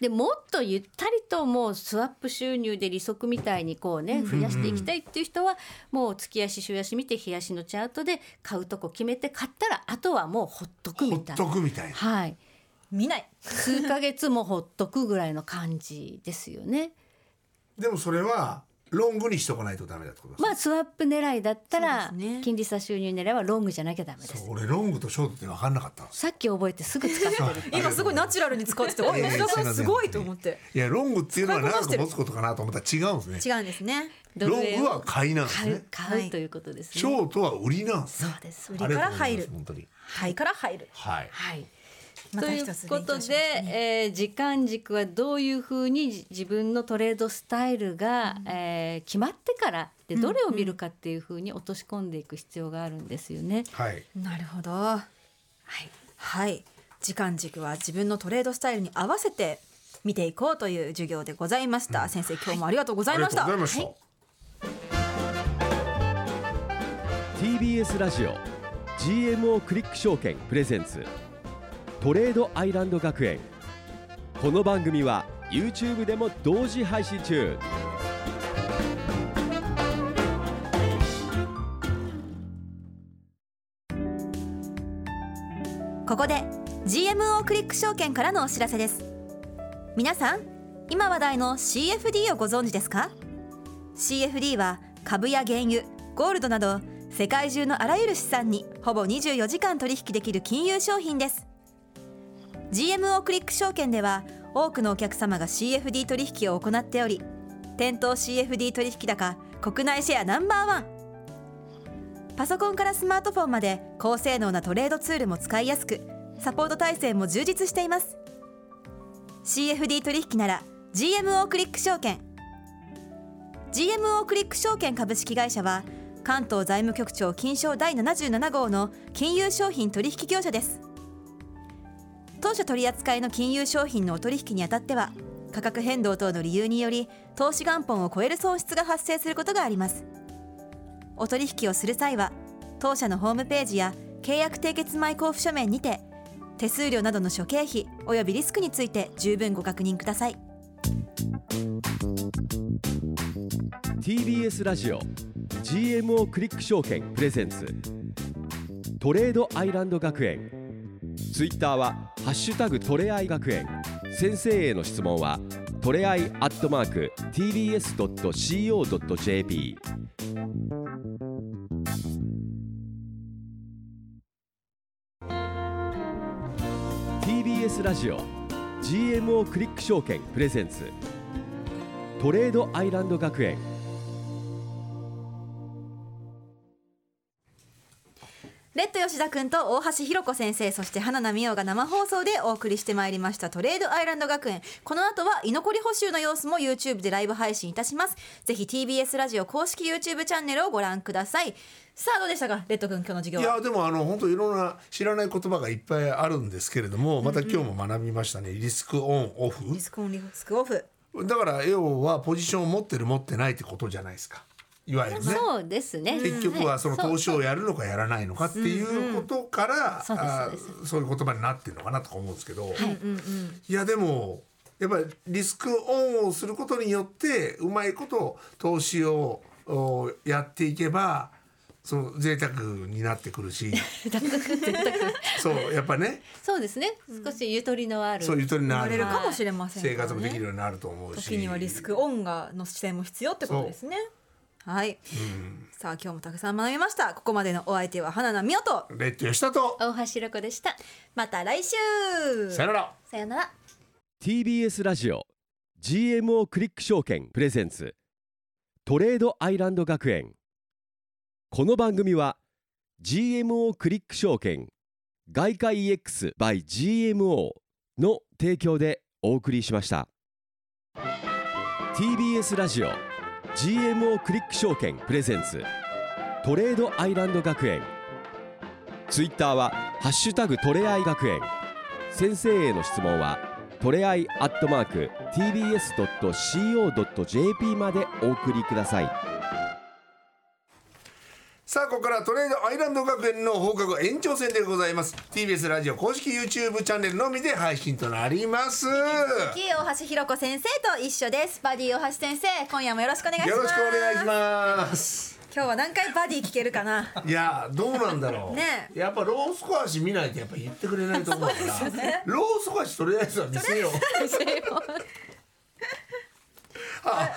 S4: でもっとゆったりともうスワップ収入で利息みたいにこうね増やしていきたいっていう人はもう月足週足見て日足のチャートで買うとこ決めて買ったらあとはもうほっとく
S2: ほ
S4: み
S2: った
S4: い
S2: と
S4: な。
S2: くみたいな
S4: はい、
S3: 見ない
S4: 数ヶ月もほっとくぐらいの感じですよね。
S2: でもそれはロングにしとかないとダメだってことですね
S4: まあスワップ狙いだったら、
S3: そうですね
S4: 金利差収入狙いはロングじゃなきゃダメで
S2: そ
S4: す。
S2: う俺ロングとショートって分かんなかったんです
S4: さっき覚えてすぐ使ってる。
S3: 今すごいナチュラルに使ってて、あ、
S2: いやいや
S3: 吉田さんすごいと思 って。
S2: いやロングっていうのは
S3: 使いこ
S2: 長
S3: なして
S2: く
S3: る
S2: 持つことかなと思ったら違うんですね
S3: 違うんですね。
S4: ド
S2: ロ
S4: ル円
S2: ングは
S4: を
S2: 買いなんです
S4: 買う
S2: ね
S4: 買
S3: はいう
S4: ということです
S2: ショ
S4: ね。
S2: ートは売りなんですね
S3: そうです。
S2: あ
S3: 売
S2: り
S3: り
S2: が
S3: か
S2: とうご
S3: ら
S2: ざいま
S3: 入る
S2: す。本当に
S3: はい、から入る。
S2: はい
S4: はい。
S3: ま
S4: と
S3: た
S4: いう
S3: 一つ勉強
S4: こ
S3: し
S4: と
S3: まし
S4: で
S3: たね、
S4: えー時間軸はどういうふうにじ自分のトレードスタイルが、えー決まってからでどれを見るかっていうふうに落とし込んでいく必要があるんですよね。
S2: はい
S3: なるほど。はい、はい、時間軸は自分のトレードスタイルに合わせて。見ていこうという授業でございました。先生、今日もありがとうござ
S2: あ
S3: い
S2: りが
S3: ま
S2: と
S3: し
S2: う
S3: た。
S2: ございました
S1: TBS ラジオ GMO クリック証券プレゼンツトレードアイランド学園この番組は YouTube でも同時配信中
S3: ここで GMO クリック証券からのお知らせです皆さん今話題の CFD をご存知ですか CFD は株や原油ゴールドなど世界中のあらゆる資産にほぼ24時間取引できる金融商品です GMO クリック証券では多くのお客様が CFD 取引を行っており店頭 CFD 取引高国内シェアナンバーワンパソコンからスマートフォンまで高性能なトレードツールも使いやすくサポート体制も充実しています CFD 取引なら GMO クリック証券 GMO クリック証券株式会社は関東財務局長金賞第77号の金融商品取引業者です当初取り扱いの金融商品のお取引にあたっては価格変動等の理由により投資元本を超える損失が発生することがありますお取引をする際は当社のホームページや契約締結前交付書面にて手数料などの諸経費およびリスクについて十分ご確認ください
S1: TBS ラジオ GMO クリック証券プレゼンツトレードアイランド学園ツイッターは「ハッシュタグトレアイ学園」先生への質問はトレアイアットマーク TBS.CO.JP TBS ラジオ GMO クリック証券プレゼンツトレードアイランド学園
S3: レッド吉田君と大橋ひろ子先生そして花奈美桜が生放送でお送りしてまいりましたトレードアイランド学園この後は居残り補修の様子も YouTube でライブ配信いたしますぜひ TBS ラジオ公式 YouTube チャンネルをご覧くださいさあどうでしたかレッド君今日の授業
S2: い
S3: は
S2: やでもあの本当いろんな知らない言葉がいっぱいあるんですけれどもまた今日も学びましたねリスクオンオフ
S3: リスクオンリスクオフ
S2: だから要はポジションを持ってる持ってないってことじゃないですかいわゆるね
S4: そうですね。
S2: 結局はその投資
S4: を
S2: をやるのかやらないのかっていうことから
S4: そうです
S2: あ
S4: そうで
S2: ーそういう言葉になってるのかなとか思うんですけどいやでもやっぱりリスクオンをすることによってうまいこと投資をおやっていけばその贅沢になってくる しそうやっぱね
S4: そうですね。少しゆとりのある。
S2: そうゆとりのあ
S3: 生まれ
S2: る
S3: るかもしれませんから
S2: 生活
S3: ね
S2: もできるようになると思うし
S3: 時にはリスクオンがの視点も必要ってことですね。はい。さあ今日もたくさん学びました。ここまでのお相手は花名美音と
S2: レッド吉田と
S4: 大橋ロコでした
S3: また来週。
S2: さよなら
S3: さよなら。
S1: TBS ラジオ GMO クリック証券プレゼンツトレードアイランド学園この番組は GMO クリック証券外貨 EX by GMO の提供でお送りしました TBS ラジオ GMO クリック証券プレゼンツトレードアイランド学園ツイッターは「ハッシュタグトレアイ学園」先生への質問はトレアイアットマーク TBS.CO.JP までお送りください
S2: さあここからトレードアイランド学園の放課後延長戦でございます TBS ラジオ公式 YouTube チャンネルのみで配信となりますよ
S3: キー大橋ひろ子先生と一緒です。バディ大橋先生、今夜もよろしくお願いします。
S2: ろしくお願いします
S3: 今日は何回バディ聞けるかな。
S2: いやどうなんだろう
S3: ね
S2: やっぱロースコア紙見ないとやっぱ言ってくれないと思うからロースコア紙とりあえずは見せようあ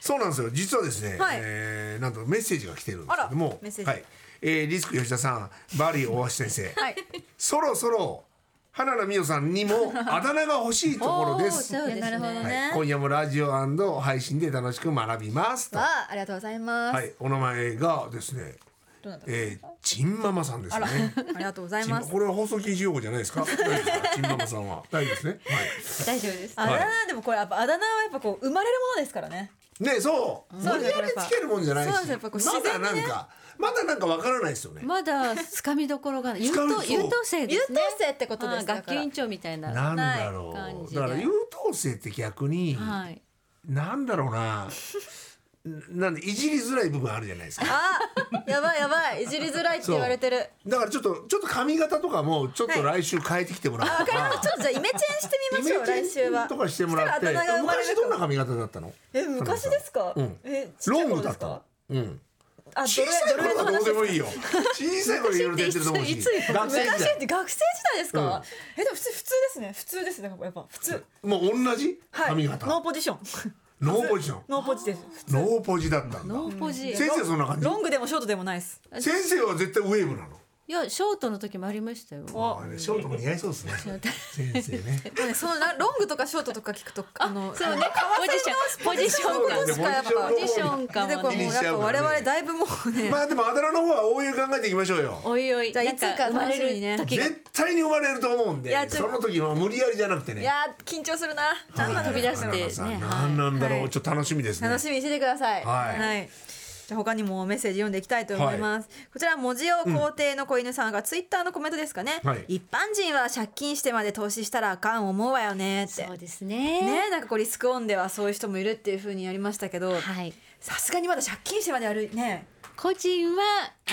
S2: そうなんですよ実はですね、
S3: はい
S2: えーなんとメッセージが来てるんですけど
S3: あら
S2: も
S3: メッセージ
S2: はいえーリスク吉田さんバリー大橋先生
S3: はい。
S2: そろそろ花田美桜さんにもあだ名が欲しいところです
S4: おーそう
S3: い
S4: ですね
S3: やなるほど
S2: は
S3: ね
S2: い、今夜もラジオ配信で楽しく学びますと
S3: わあ、ありがとうございます。
S2: はいお名前がですね
S3: どうなんだろ
S2: えー、チンママさんです
S3: う。あら、
S2: ね
S3: ありがとうござい
S2: チンマ
S3: ます。
S2: これは放送禁止用語じゃない ですか大丈夫ですかチンママさんは大丈夫ですねは
S4: 大丈夫です
S3: あだ名でもこれやっぱあだ名はやっぱこう生まれるものですからね。
S2: いねそう無
S3: そう
S2: 理
S3: です
S2: やりつけるもんじゃないし
S3: そうですやっぱこう自然にね
S2: まだなんかまだなんかわからないですよね
S4: まだ掴みどころがない優等
S2: 掴みそう
S4: 優等生で
S3: 優
S4: す
S3: 等
S4: ね
S3: 生ってことです
S4: あ学級委員
S3: 長
S4: 長みたいな
S2: なんだろ
S4: ない感
S2: う
S4: じで
S2: だから優等生って逆に、
S4: はい
S2: なんだろうななんでいじりづらい部分あるじゃないですか
S3: あ、やばいやばい、いじりづらいって言われてる。
S2: だからちょっとちょっと髪型とかもちょっと来週変えてきてもらおう
S3: あ、わかりました。ちょっとじゃあイメチェンしてみましょう。
S2: イメ
S3: 来
S2: チェン
S3: 週は。
S2: とかしてもらって
S3: そしたあだ名が生まれ
S2: 昔
S3: る
S2: どん
S3: か
S2: な
S3: も。
S2: 髪型だったの
S3: え、昔ですか
S2: うん。
S3: え、ちっちゃい
S2: ロング
S3: 頃で
S2: だ
S3: す
S2: っ
S3: か
S2: たうん
S3: あ、
S2: 小さい頃はどうでもいいよ小さい頃いろいろ出てると思うし
S4: 私っていついつ
S2: 学生時
S3: 昔
S2: 代
S3: って学生時代ですか、えでも普通普通ですね普通ですねやっぱ普通
S2: もう同じ
S3: はい
S2: 髪
S3: ノー
S2: 型
S3: ポジション
S2: ノーポジション
S3: ノーポジです普通
S2: ノーポジだったんだ
S4: ノーポジ
S2: 先生そんな感じ
S3: ロングでもショートでもないです
S2: 先生は絶対ウェーブなの
S4: いやショートの時もありましたよ
S2: あれショートも似合いそうですね先生ね
S3: でもねそのラロングとかショートとか聞くとあの
S4: そうねポジションポジション
S3: そうですかやっぱ
S4: ポジション
S3: 出
S4: 感
S3: てこ
S4: も
S3: う
S2: 気
S3: も
S4: ね
S2: に
S3: う
S2: しち
S3: や
S2: ゃ
S3: っ
S2: う
S3: ぱ
S2: から
S3: 我
S2: ね
S3: 々だいぶもうね、
S2: まあでもあだ名の方は応用考えていきましょうよ
S4: おいおい
S3: じゃあ
S4: なん
S3: いつか
S4: 生まれる時が
S2: 絶対に生まれると思うんで
S3: いやちょ
S2: その時は無理やりじゃなくて
S3: い
S2: ね
S3: やー緊張するなちゃんと
S2: はい
S4: 飛び出してね
S2: 花田さん
S4: はい
S2: 何なんだろ
S3: は
S2: う
S3: い
S2: ちょっと楽しみですね
S3: 楽しみにしててください。
S2: はい
S3: じゃあ他にもメッセージ読んでいきたいと思います。こちら文字を皇帝の子犬さんがツイッターのコメントですかね。
S2: はい
S3: 一般人は借金してまで投資したらあかん思うわよねって。
S4: そうですね
S3: ね、なんかこうリスクオンではそういう人もいるっていうふうにやりましたけど、
S4: はい
S3: さすがにまだ借金してまでやるね。
S4: 個人は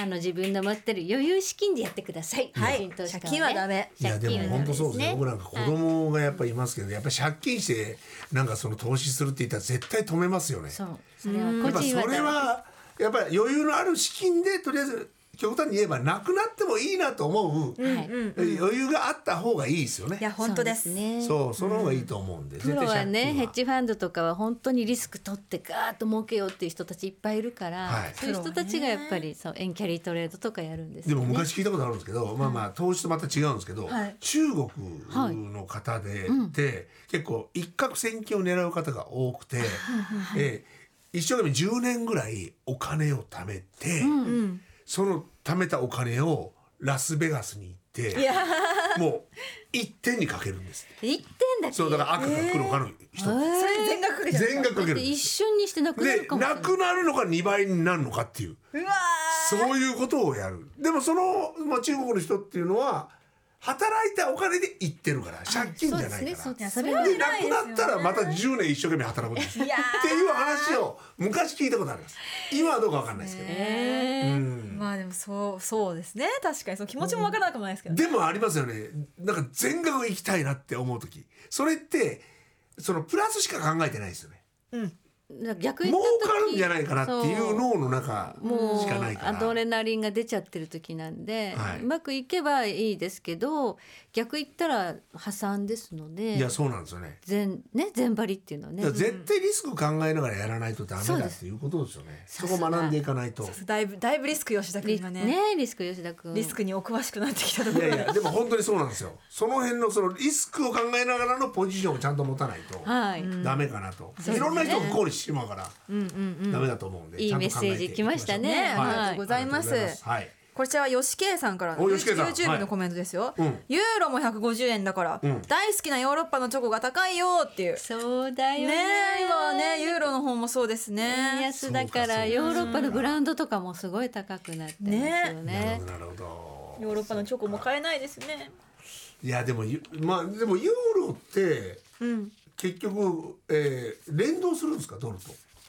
S4: あの自分の持ってる余裕資金でやってください
S3: はい
S4: 個人投資家
S3: 借金はダメ
S2: いやで
S4: 借金
S2: も
S4: はダメ
S2: 本当そうですね僕なんか子供がやっぱいますけどやっぱ借金してなんかその投資するって言ったら絶対止めますよね
S4: そうそれは
S2: やっ
S4: 個
S2: ぱ
S4: 人
S2: そ
S4: は
S2: れ
S4: ダメ
S2: はやっぱり余裕のある資金でとりあえず極端に言えばなくなってもいいなと思う
S4: は
S2: 余
S4: い
S2: 裕があった方がいいですよ
S3: い
S2: ね
S3: や本当です。
S4: そうね
S2: そうその方がいいと思うんで
S4: プロは
S2: 借金
S4: ねヘッジファンドとかは本当にリスク取ってガーッと儲けようっていう人たちいっぱいいるから、
S2: はい
S4: そういう人たちがやっぱりそうエンキャリートレードとかやるんです
S2: で
S4: よ
S2: も
S4: ね。
S2: 昔聞いたことあるんですけど、まあまあ投資とまた違うんですけど、
S3: はい
S2: 中国の方で、で結構一攫千金を狙う方が多くて、えー一生懸命10年ぐらいお金を貯めて、
S3: うん。
S2: その貯めたお金をラスベガスに行って
S3: いや
S2: もう1点にかけるんです
S4: 一点だけ
S2: そうだから赤か黒かの人、
S3: そ
S4: えー
S3: れ全額かけちゃう。
S2: 全額かけるんで
S4: 一
S2: す
S4: 瞬にしてなくなる
S2: で
S4: かもしれな。
S2: ないくなるのか2倍になるのかっていう。
S3: うわ
S2: そういうことをやる。でもその、まあ、中国の人っていうのは働いたお金で行ってるから借金じゃないから。
S4: そう
S2: で,、
S4: ですね。そう
S3: いや
S4: そ
S3: そ
S4: れ
S3: れ
S4: は
S3: は
S2: なくなったらまた10年一生懸命働くんです。っ
S3: ー。いや
S2: ていう話を昔聞いたことあります。今はどうかわかんないですけど。
S3: ー。え
S2: う
S3: ー
S2: ん
S3: まあでもそうそうですね。確かにその気持ちもわからなくもないですけど。
S2: でもありますよね。なんか全額行きたいなって思う時、それってそのプラスしか考えてないですよね。
S3: うん。
S4: 逆に
S2: 儲
S4: 言った時
S2: かるんじゃないかなっていう脳の中
S4: も
S2: し
S4: う
S2: かないか
S4: ア
S2: ら
S4: ドレナリンが出ちゃってる時なんで、
S2: はいう
S4: まくいけばいいですけど逆言ったら破産ですの
S2: い
S4: で
S2: やそうなんですよね
S4: 全ね全張りっていうのは
S2: だ
S4: ね
S2: から絶対リスク考えながらやらないとダメ
S4: そう
S2: だ
S4: で
S2: っ
S4: す
S2: ていうことですよね
S4: さ
S2: そ
S4: すが
S2: こ学んでいかないと
S3: だいぶだいぶリスク吉田君
S4: リ
S3: が
S4: ね
S3: ね
S4: リスク吉田君
S3: リスクにお詳しくなってきたと
S2: い
S3: ころ
S2: やいやでも本当にそうなんですよその辺のそのリスクを考えながらのポジションをちゃんと持たないと
S4: はい、
S2: ダメかなと、
S4: そうですね
S2: いろんな人が考慮してしまうから
S3: うんうんうん
S2: ダメだと思うんで、
S4: いい
S2: ちゃん
S4: メ
S2: と
S4: ッ
S2: 考
S4: セ
S2: え
S4: ー
S2: て
S4: ジ
S2: い
S4: 来ました
S3: ね
S4: ね。
S3: あり
S4: は
S3: がとう
S4: い
S3: ございます
S2: ありがとうございはい
S3: こちらは吉慶さんから
S2: お吉慶さん
S3: YouTube のコメントですよ、
S2: うん
S3: ユーロも150円だから、
S2: うん
S3: 大好きなヨーロッパのチョコが高いよっていう
S4: そうだ
S3: ね
S4: よね。
S3: え今はねユーロの方もそうです
S4: 円
S3: ね
S4: 安だからヨーロッパのブランドとかもすごい高くなってますよね。
S2: なるほどなるほ
S3: ヨー
S2: ど
S3: ロッパのチョコも買えないですね
S2: いやでもゆまあでもユーロって
S3: うん
S2: 結局、えー、連動するんですかドルと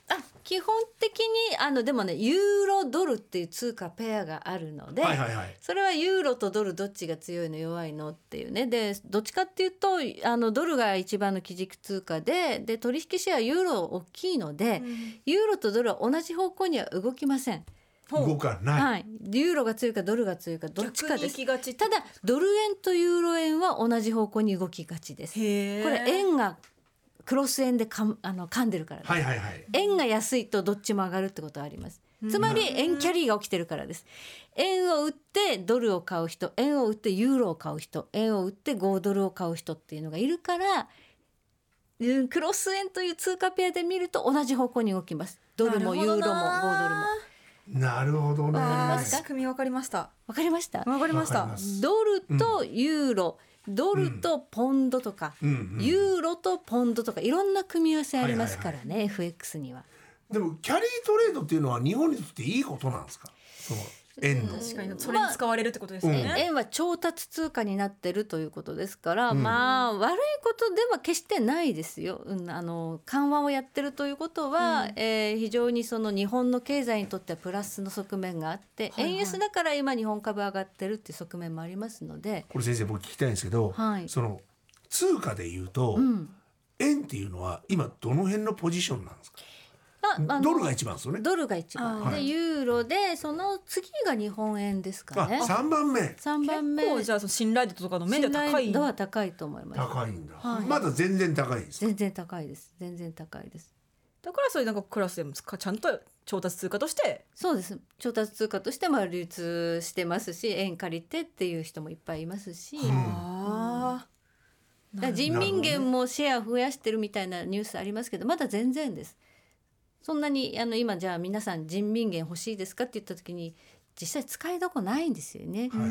S4: あ基本的にあのでもねユーロドルっていう通貨ペアがあるので、
S2: はいはいはい
S4: それはユーロとドルどっちが強いの弱いのっていうねでどっちかっていうとあのドルが一番の基軸通貨でで取引シェアユーロ大きいので、ユーロとドルは同じ方向には動きません。
S2: 動かない、
S4: はい、ユーロが強いかドルが強いかどっちか
S3: 逆に
S4: で
S3: 行
S4: す
S3: きがち
S4: ただドル円とユーロ円は同じ方向に動きがちですこ
S3: へえ
S4: れ円がクロス円でかんあの噛んでるからです、
S2: はいはいはい
S4: 円が安いとどっちも上がるってことはありますつまり円キャリーが起きてるからです円を売ってドルを買う人円を売ってユーロを買う人円を売って5ドルを買う人っていうのがいるからうんクロス円という通貨ペアで見ると同じ方向に動きますドルもユーロも5ドルも
S2: なるほどね
S3: あー仕組みわかりました
S4: わかりました
S3: わかりまし
S2: わかり
S3: た
S2: ます
S4: ドルとユーロ、ドルとポンドとか、
S2: うんうん
S4: ユーロとポンドとかいろんな組み合わせありますからね、FX には。
S2: でもキャリートレードっていうのは日本にとっていいことなんですかその円の、
S3: 確かにそれに使われるってことですよ
S2: ま あ
S3: ね、
S4: 円は調達通貨になってるということですから、まあ悪いことでは決してないですよ、うん、あの緩和をやってるということは、えー非常にその日本の経済にとってはプラスの側面があって、
S3: はいはい
S4: 円安だから今日本株上がってるっていう側面もありますので、
S2: これ先生僕聞きたいんですけど、
S4: はい
S2: その通貨で言うと、
S4: うん
S2: 円っていうのは今どの辺のポジションなんですか
S4: ああの
S2: ドルが一番ですよね
S4: ドルが一
S3: あ
S4: 番
S3: ー
S4: でユーロでその次が日本円ですか
S2: あ
S4: ね
S2: 3番目
S4: 3番目
S3: 結構じゃあその信頼度とかの面では高い
S4: 信頼度は高いと思います
S2: 高いんだ、
S4: はい
S2: まだ全然高いんですか
S4: 全然高いです全然高いです
S3: だからそういうなんかクラスでも使ちゃんと調達通貨として
S4: そうです調達通貨としても流通してますし円借りてっていう人もいっぱいいますし、
S2: うん
S3: あ
S4: だから人民元もシェア増やしてるみたいなニュースありますけどまだ全然ですそんなにあの今じゃあ皆さん人民元欲しいですかって言った時に実際使いどこないんですよね、
S3: あ、
S2: はい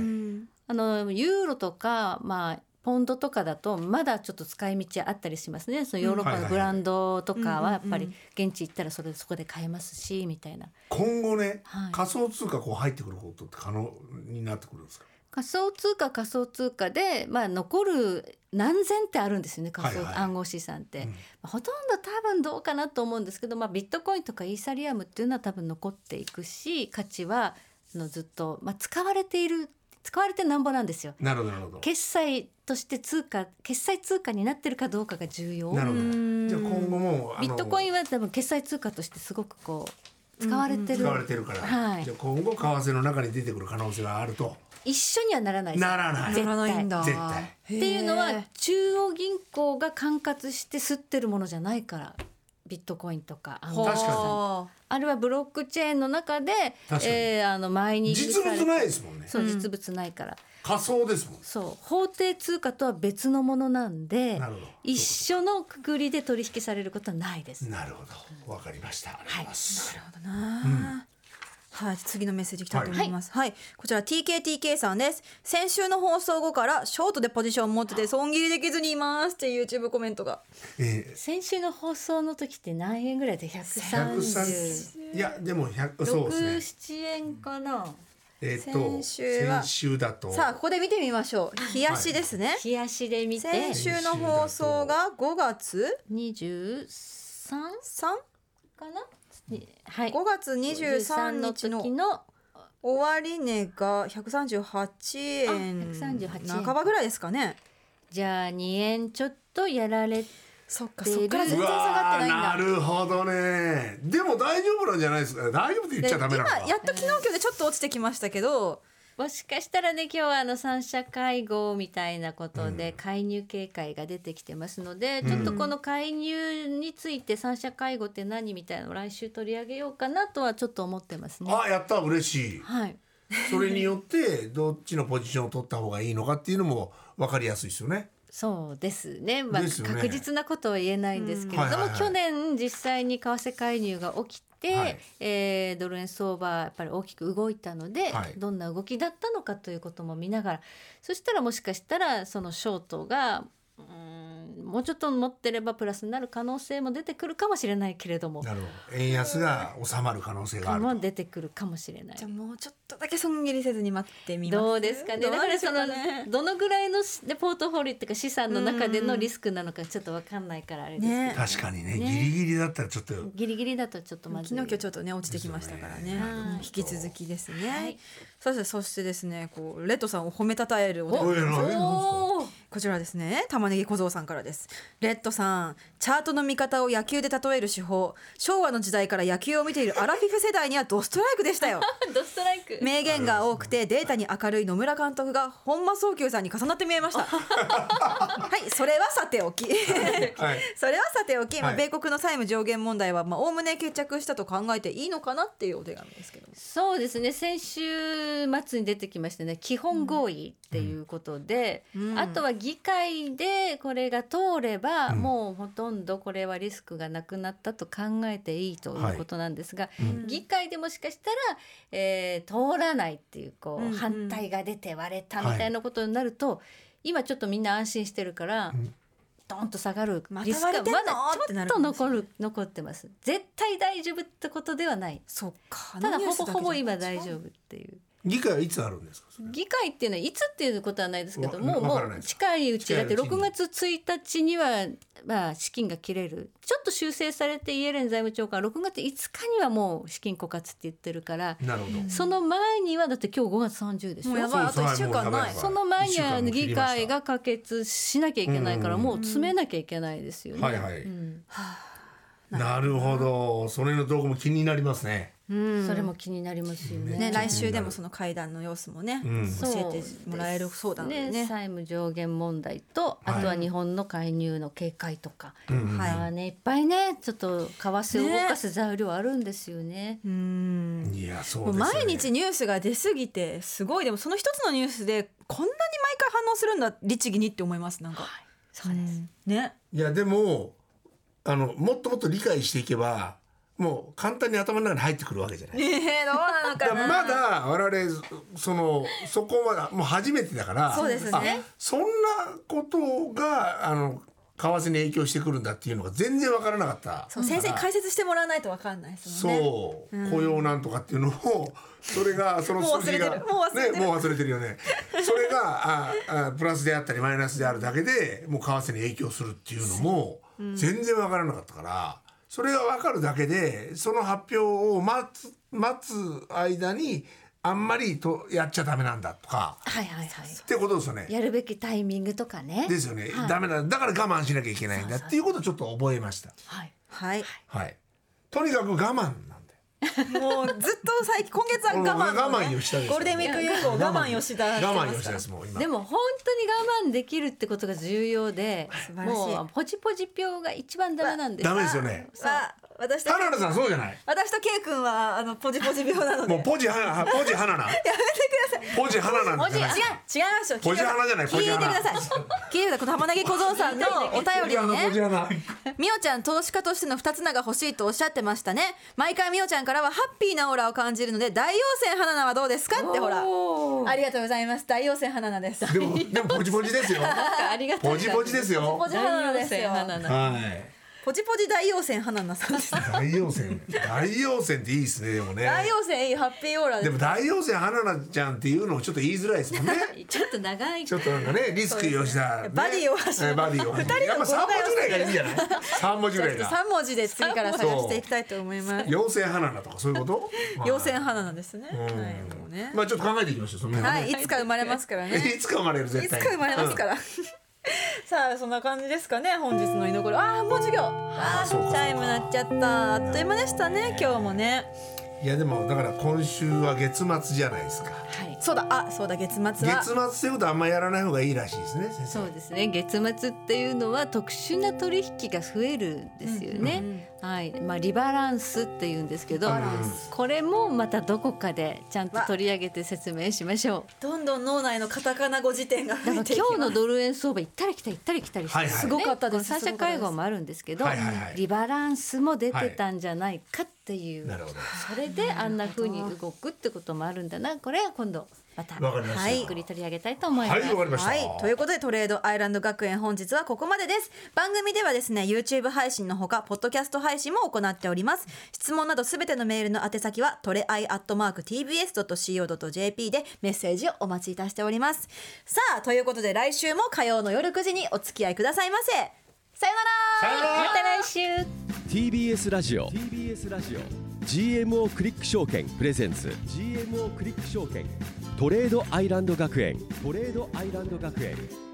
S4: あのユーロとか、まあ、ポンドとかだとまだちょっと使い道あったりしますねそのヨーロッパ
S2: うんはいはい
S4: の
S2: はい
S4: ブランドとかはやっぱ
S3: うん
S4: り現地行ったらそれそこで買えますしみたいな
S2: 今後ね、
S4: はい
S2: 仮想通貨こう入ってくることって可能になってくるんですか
S4: 仮想通貨仮想通貨で、まあ、残る何千ってあるんですよね仮想、
S2: はいはい
S4: 暗号資産って、
S2: うん
S4: まあほとんど多分どうかなと思うんですけど、まあ、ビットコインとかイーサリアムっていうのは多分残っていくし価値はあのずっと、まあ、使われている使われてなんぼなんですよ。
S2: なるほどなるほ
S4: 決済として通貨決済通貨になってるかどうかが重要
S2: どなるほど
S3: うん
S2: じゃあ今後もあの
S4: ビットコインは多分決済通貨としてすごくこう使われてる、
S2: 使われてるから、
S4: はい
S2: じゃあ今後為替の中に出てくる可能性があると
S4: 一緒にはならないです
S2: ならない
S4: 絶対
S3: ならないんだ
S2: 絶対
S4: っていうのは中央銀行が管轄して吸ってるものじゃないからビットコインとか暗号
S2: 確かに
S4: あれはブロックチェーンの中で
S2: 確かに
S4: えーあの前に
S2: 実物ないですもんね
S4: そう実物ないから、
S2: 仮想ですもん
S4: そう法定通貨とは別のものなんで
S2: なるほど
S4: 一緒のくくりで取引されることはないです。
S2: なるほどわかりましたありがとうございます、
S3: だなあ、はい、次のメッセージいきたいと思います。はい、こちら TKTK さんです。先週の放送後からショートでポジションを持ってて損切りできずにいますっていう YouTube コメントが。
S2: え
S4: 先週の放送の時って何円ぐらいで
S2: ー、
S4: 136
S2: 103いやでも100そうですね
S4: 7円かな
S2: えっと
S3: 先週は
S2: 先週だと
S3: さあここで見てみましょう。冷やしですね。
S4: 冷やしで見て
S3: 先週の放送が5月3
S4: 23かなはい
S3: 5月23日の
S4: 時の
S3: 終値が138円
S4: あ138円
S3: 半ばぐらいですかね。
S4: じゃあ2円ちょっとやられ
S3: そっか
S4: 出る
S3: そっから全
S2: う
S3: 然下がって
S2: わ
S3: ないん
S2: ーな
S3: だ
S2: るほどねでも大丈夫なんじゃないですか大丈夫って言っちゃダメなのか
S3: 今やっと昨日今日でちょっと落ちてきましたけど
S4: もしかしたらね今日はあの三者会合みたいなことで介入警戒が出てきてますので、ちょっとこの介入について三者会合って何みたいなのを来週取り上げようかなとはちょっと思ってますね。
S2: あやった嬉しい
S4: はい、
S2: それによってどっちのポジションを取った方がいいのかっていうのも分かりやすいですよね。
S4: そうですね,、まあ、
S2: ですよね
S4: 確実なことは言えないんですけ
S2: う
S4: れども、
S2: んはいはいはい
S4: 去年実際に為替介入が起きて、
S2: はい
S4: えードル円相場やっぱり大きく動いたので、
S2: はい
S4: どんな動きだったのかということも見ながらそしたらもしかしたらそのショートがうーんもうちょっと持ってればプラスになる可能性も出てくるかもしれないけれども
S2: なるほど円安が収まる可能性があると
S4: も出てくるかもしれない
S3: じゃあ。もうちょっとだけ損切りせずに待ってみます
S4: どうですかね。
S3: どう
S4: だから
S3: でしょ
S4: そうの
S3: かね
S4: どのぐらいのしでポートフォリオっていうか資産の中でのリスクなのかちょっとわかんないからあれですけど。
S3: ね
S2: 確かにね
S4: ね
S2: ギリギリだったらちょっと
S4: ギリギリだとちょっとまず
S3: 昨日今日ちょっとね落ちてきましたからね
S2: ですよ
S4: ねはい
S3: 引き続きですね、
S4: はい
S3: そしてそしてですねこうレトさんを褒めたたえるお手
S2: おいおいおい
S4: おー
S3: こちらですね玉ねぎ小僧さんからですレッドさんチャートの見方を野球で例える手法昭和の時代から野球を見ているアラフィフ世代にはドストライクでしたよ
S4: ドストライ ク
S3: 名言が多くてデータに明るい野村監督が本間宗久さんに重なって見えましたはいそれはさておき
S2: はい
S3: それはさておき、まあ
S2: はい
S3: 米国の債務上限問題はまあ概ね決着したと考えていいのかなっていうお手紙ですけども
S4: そうですね先週末に出てきましたね基本合意っていうことで、
S3: うん
S4: あとは議会でこれが通れば、もうほとんどこれはリスクがなくなったと考えていいということなんですが、議会でもしかしたら、えー通らないっていうこう、
S3: うんうん
S4: 反対が出て割れたみたいなことになると、今ちょっとみんな安心してるから。ドンと下がる
S3: また
S4: リスクは
S3: 割れてんの
S4: まだ
S3: って
S4: ちょ
S3: な
S4: っ
S3: るか
S4: と
S3: もしれ
S4: 残
S3: ない
S4: る残ってます絶対大丈夫ってことではない
S3: そっか
S4: た
S3: あ
S4: だ
S3: のニュー
S4: ほ
S3: ス
S4: ぼ
S3: け
S4: ほぼ
S3: じゃ
S4: 今大丈夫っていう
S2: 議会はいつあるんですかそれ
S4: 議会っていうのはいつっていうことはないですけ
S2: わ
S4: どもうも
S2: わからないうです
S4: 近いうちだって
S2: 近いうち
S4: 6
S2: に
S4: 月1日にはまあ資金が切れるちょっと修正されてイエレン財務長官は6月5日にはもう資金枯渇って言ってるから
S2: なるほど
S4: その前にはだって今日5月30でし
S3: もうや
S4: ょ
S3: ばいあと
S2: そう
S3: 1
S2: そう
S3: 週間
S2: もうや
S3: な
S2: ば
S3: い
S2: い
S4: その前には
S2: 一週間も切
S4: 議
S2: りました
S4: 会が可決しなきゃいけないから
S2: うん
S4: もう詰めなきゃいけないですよね。
S2: はいはい
S4: うん
S2: なるほどそれの動向も気になりますね
S3: うん
S4: それも気になりますよね。
S3: ね、来週でもその会談の様子もね、
S2: ん
S3: 教えてもらえるそうだのでね。
S4: 債務上限問題とあとは日本の介入の警戒とか、
S3: はい
S4: まあねいっぱいねちょっと為替を動かす材料あるんですよね。
S3: うん
S2: いやそう
S3: も
S2: で
S3: う
S2: すね
S3: 毎日ニュースが出すぎてすごいでもその一つのニュースでこんなに毎回反応するんだ律儀にって思いますなんか、
S4: そうです。
S3: ね
S2: いやでもあのもっともっと理解していけばもう簡単に頭の中に入ってくるわけじゃない
S3: えー、どうなの
S2: だか
S3: かな
S2: らまだ我々そのそこはもう初めてだから
S3: そうですね
S2: あそんなことがあの為替に影響してくるんだっていうのが全然わからなかった
S3: そう先生に
S2: から
S3: 解説してもらわないとわかんないですもんね
S2: そう、雇用なんとかっていうのをそれがその
S3: もう忘
S2: 数字が
S3: れてるもう忘れてる
S2: ね、もう忘れてるよねそれがああプラスであったりマイナスであるだけでもう為替に影響するっていうのも全然分からなかったから、それが分かるだけでその発表を待つ待つ間にあんまりとやっちゃダメなんだとか
S4: はいはいはい。
S2: っていうことですよね。
S4: やるべきタイミングとかね。
S2: ですよね、
S4: はい
S2: ダメなんだだから我慢しなきゃいけないんだっていうことをちょっと覚えました。
S4: はい。
S3: はい
S2: はい、とにかく我慢なんだよ
S3: もうずっと最近今月は我慢の、
S2: 俺我慢よしたですよ
S3: ゴールデンウィーク以降我慢吉田してます
S2: 我慢吉田ですもう今
S4: でも本当に我慢できるってことが重要で
S3: 素、晴らしい
S4: もうポジポジ票が一番ダメなんです。
S2: ダメですよね
S3: は私と
S2: 田辺さんそうじゃない
S3: 私と K 君はあのポジポジ病なので
S2: もうポジ花ポジ花なやめてくださいポジ花なんじゃない
S3: 違う違いますよ。
S2: ポジ花じゃない
S3: 聞いてください。聞いてください。聞いてください。この玉ねぎ小僧さんのお便り
S2: ポ
S3: に
S2: ジ
S3: ね、
S2: 花
S3: みおちゃん投資家としての二つ名が欲しいとおっしゃってましたね。毎回みおちゃんからはハッピーなオーラを感じるので大陽線花菜はどうですかってほら。
S4: おー
S3: ありがとうございます。大陽線花菜です。
S2: でもでもポジポジ ですよ
S4: ありがたい
S2: ポジポジですよ
S3: ポジ花菜ですよ
S4: 大陽線花菜
S2: はい
S3: ポジポジ大陽線花菜さんです。
S2: 大陽線大陽線っていいですねでもね
S3: 大陽線いいハッピーオーラで
S2: ですも。大陽線花菜ちゃんっていうのもちょっと言いづらいですもんね
S4: ちょっと長い
S2: ちょっとなんかねリスク吉田、ね、
S3: バディ大橋
S2: えバディ大橋やっぱ三文字ぐらいがいいんじゃない三文字ぐ
S3: じゃあ
S2: らい
S3: ちょっと
S2: が
S3: 三文字で次から探していきたいと思います。
S2: 陽性花菜とかそういうこと
S3: 陽線花菜ですね。はい
S2: ん
S3: もうね
S2: まあちょっと考えていきましょうその辺は
S3: は
S2: ね
S3: い、いつか生まれますからね。
S2: いつか生まれる
S3: い
S2: 絶
S3: つか
S2: 対、
S3: 生まれますからら。さあそんな感じですかね本日の居残りああもう授業ああチ
S2: そうかそうか
S3: ャイム鳴っちゃったあっという間でしたね今日もね
S2: いやでもだから今週は月末じゃないですか
S4: はい
S3: そうだあそうだ月末は
S2: 月末ということはあんまやらない方がいいらしいですね先生
S4: そうですね月末っていうのは特殊な取引が増えるんですよね、はいまあ、リバランスっていうんですけど
S2: バランス
S4: これもまたどこかでちゃんと取り上げて説明しましょう
S3: どんどん脳内のカタカナ語辞典が
S4: だ
S3: 増
S4: か
S3: え
S4: ら
S3: ていき
S4: 今日
S3: ま
S4: の
S3: す
S4: ドル円相場行ったり来たり行ったり来たりして、
S2: はいはいす
S3: ごかったです
S4: ねこの三者会合もあるんですけど、
S2: はいはいはい
S4: リバランスも出てたんじゃないかっていう、
S2: なるほど
S4: それであんな風に動くってこともあるんだなこれは今度また
S2: わかりました
S4: はいゆっくり取り上げたいと思います。
S2: はいわかりました
S3: はい、ということでトレードアイランド学園本日はここまでです番組ではですね YouTube 配信のほかポッドキャスト配信も行っております質問などすべてのメールの宛先はトレアイアットマーク TBS.CO.JP でメッセージをお待ちいたしておりますさあということで来週も火曜の夜9時にお付き合いくださいませさよなら
S2: さよなら
S4: また来週
S1: TBS ラジオ TBS ラジオ GMO クリック証券プレゼンツ GMO クリック証券トレードアイランド学園トレードアイランド学園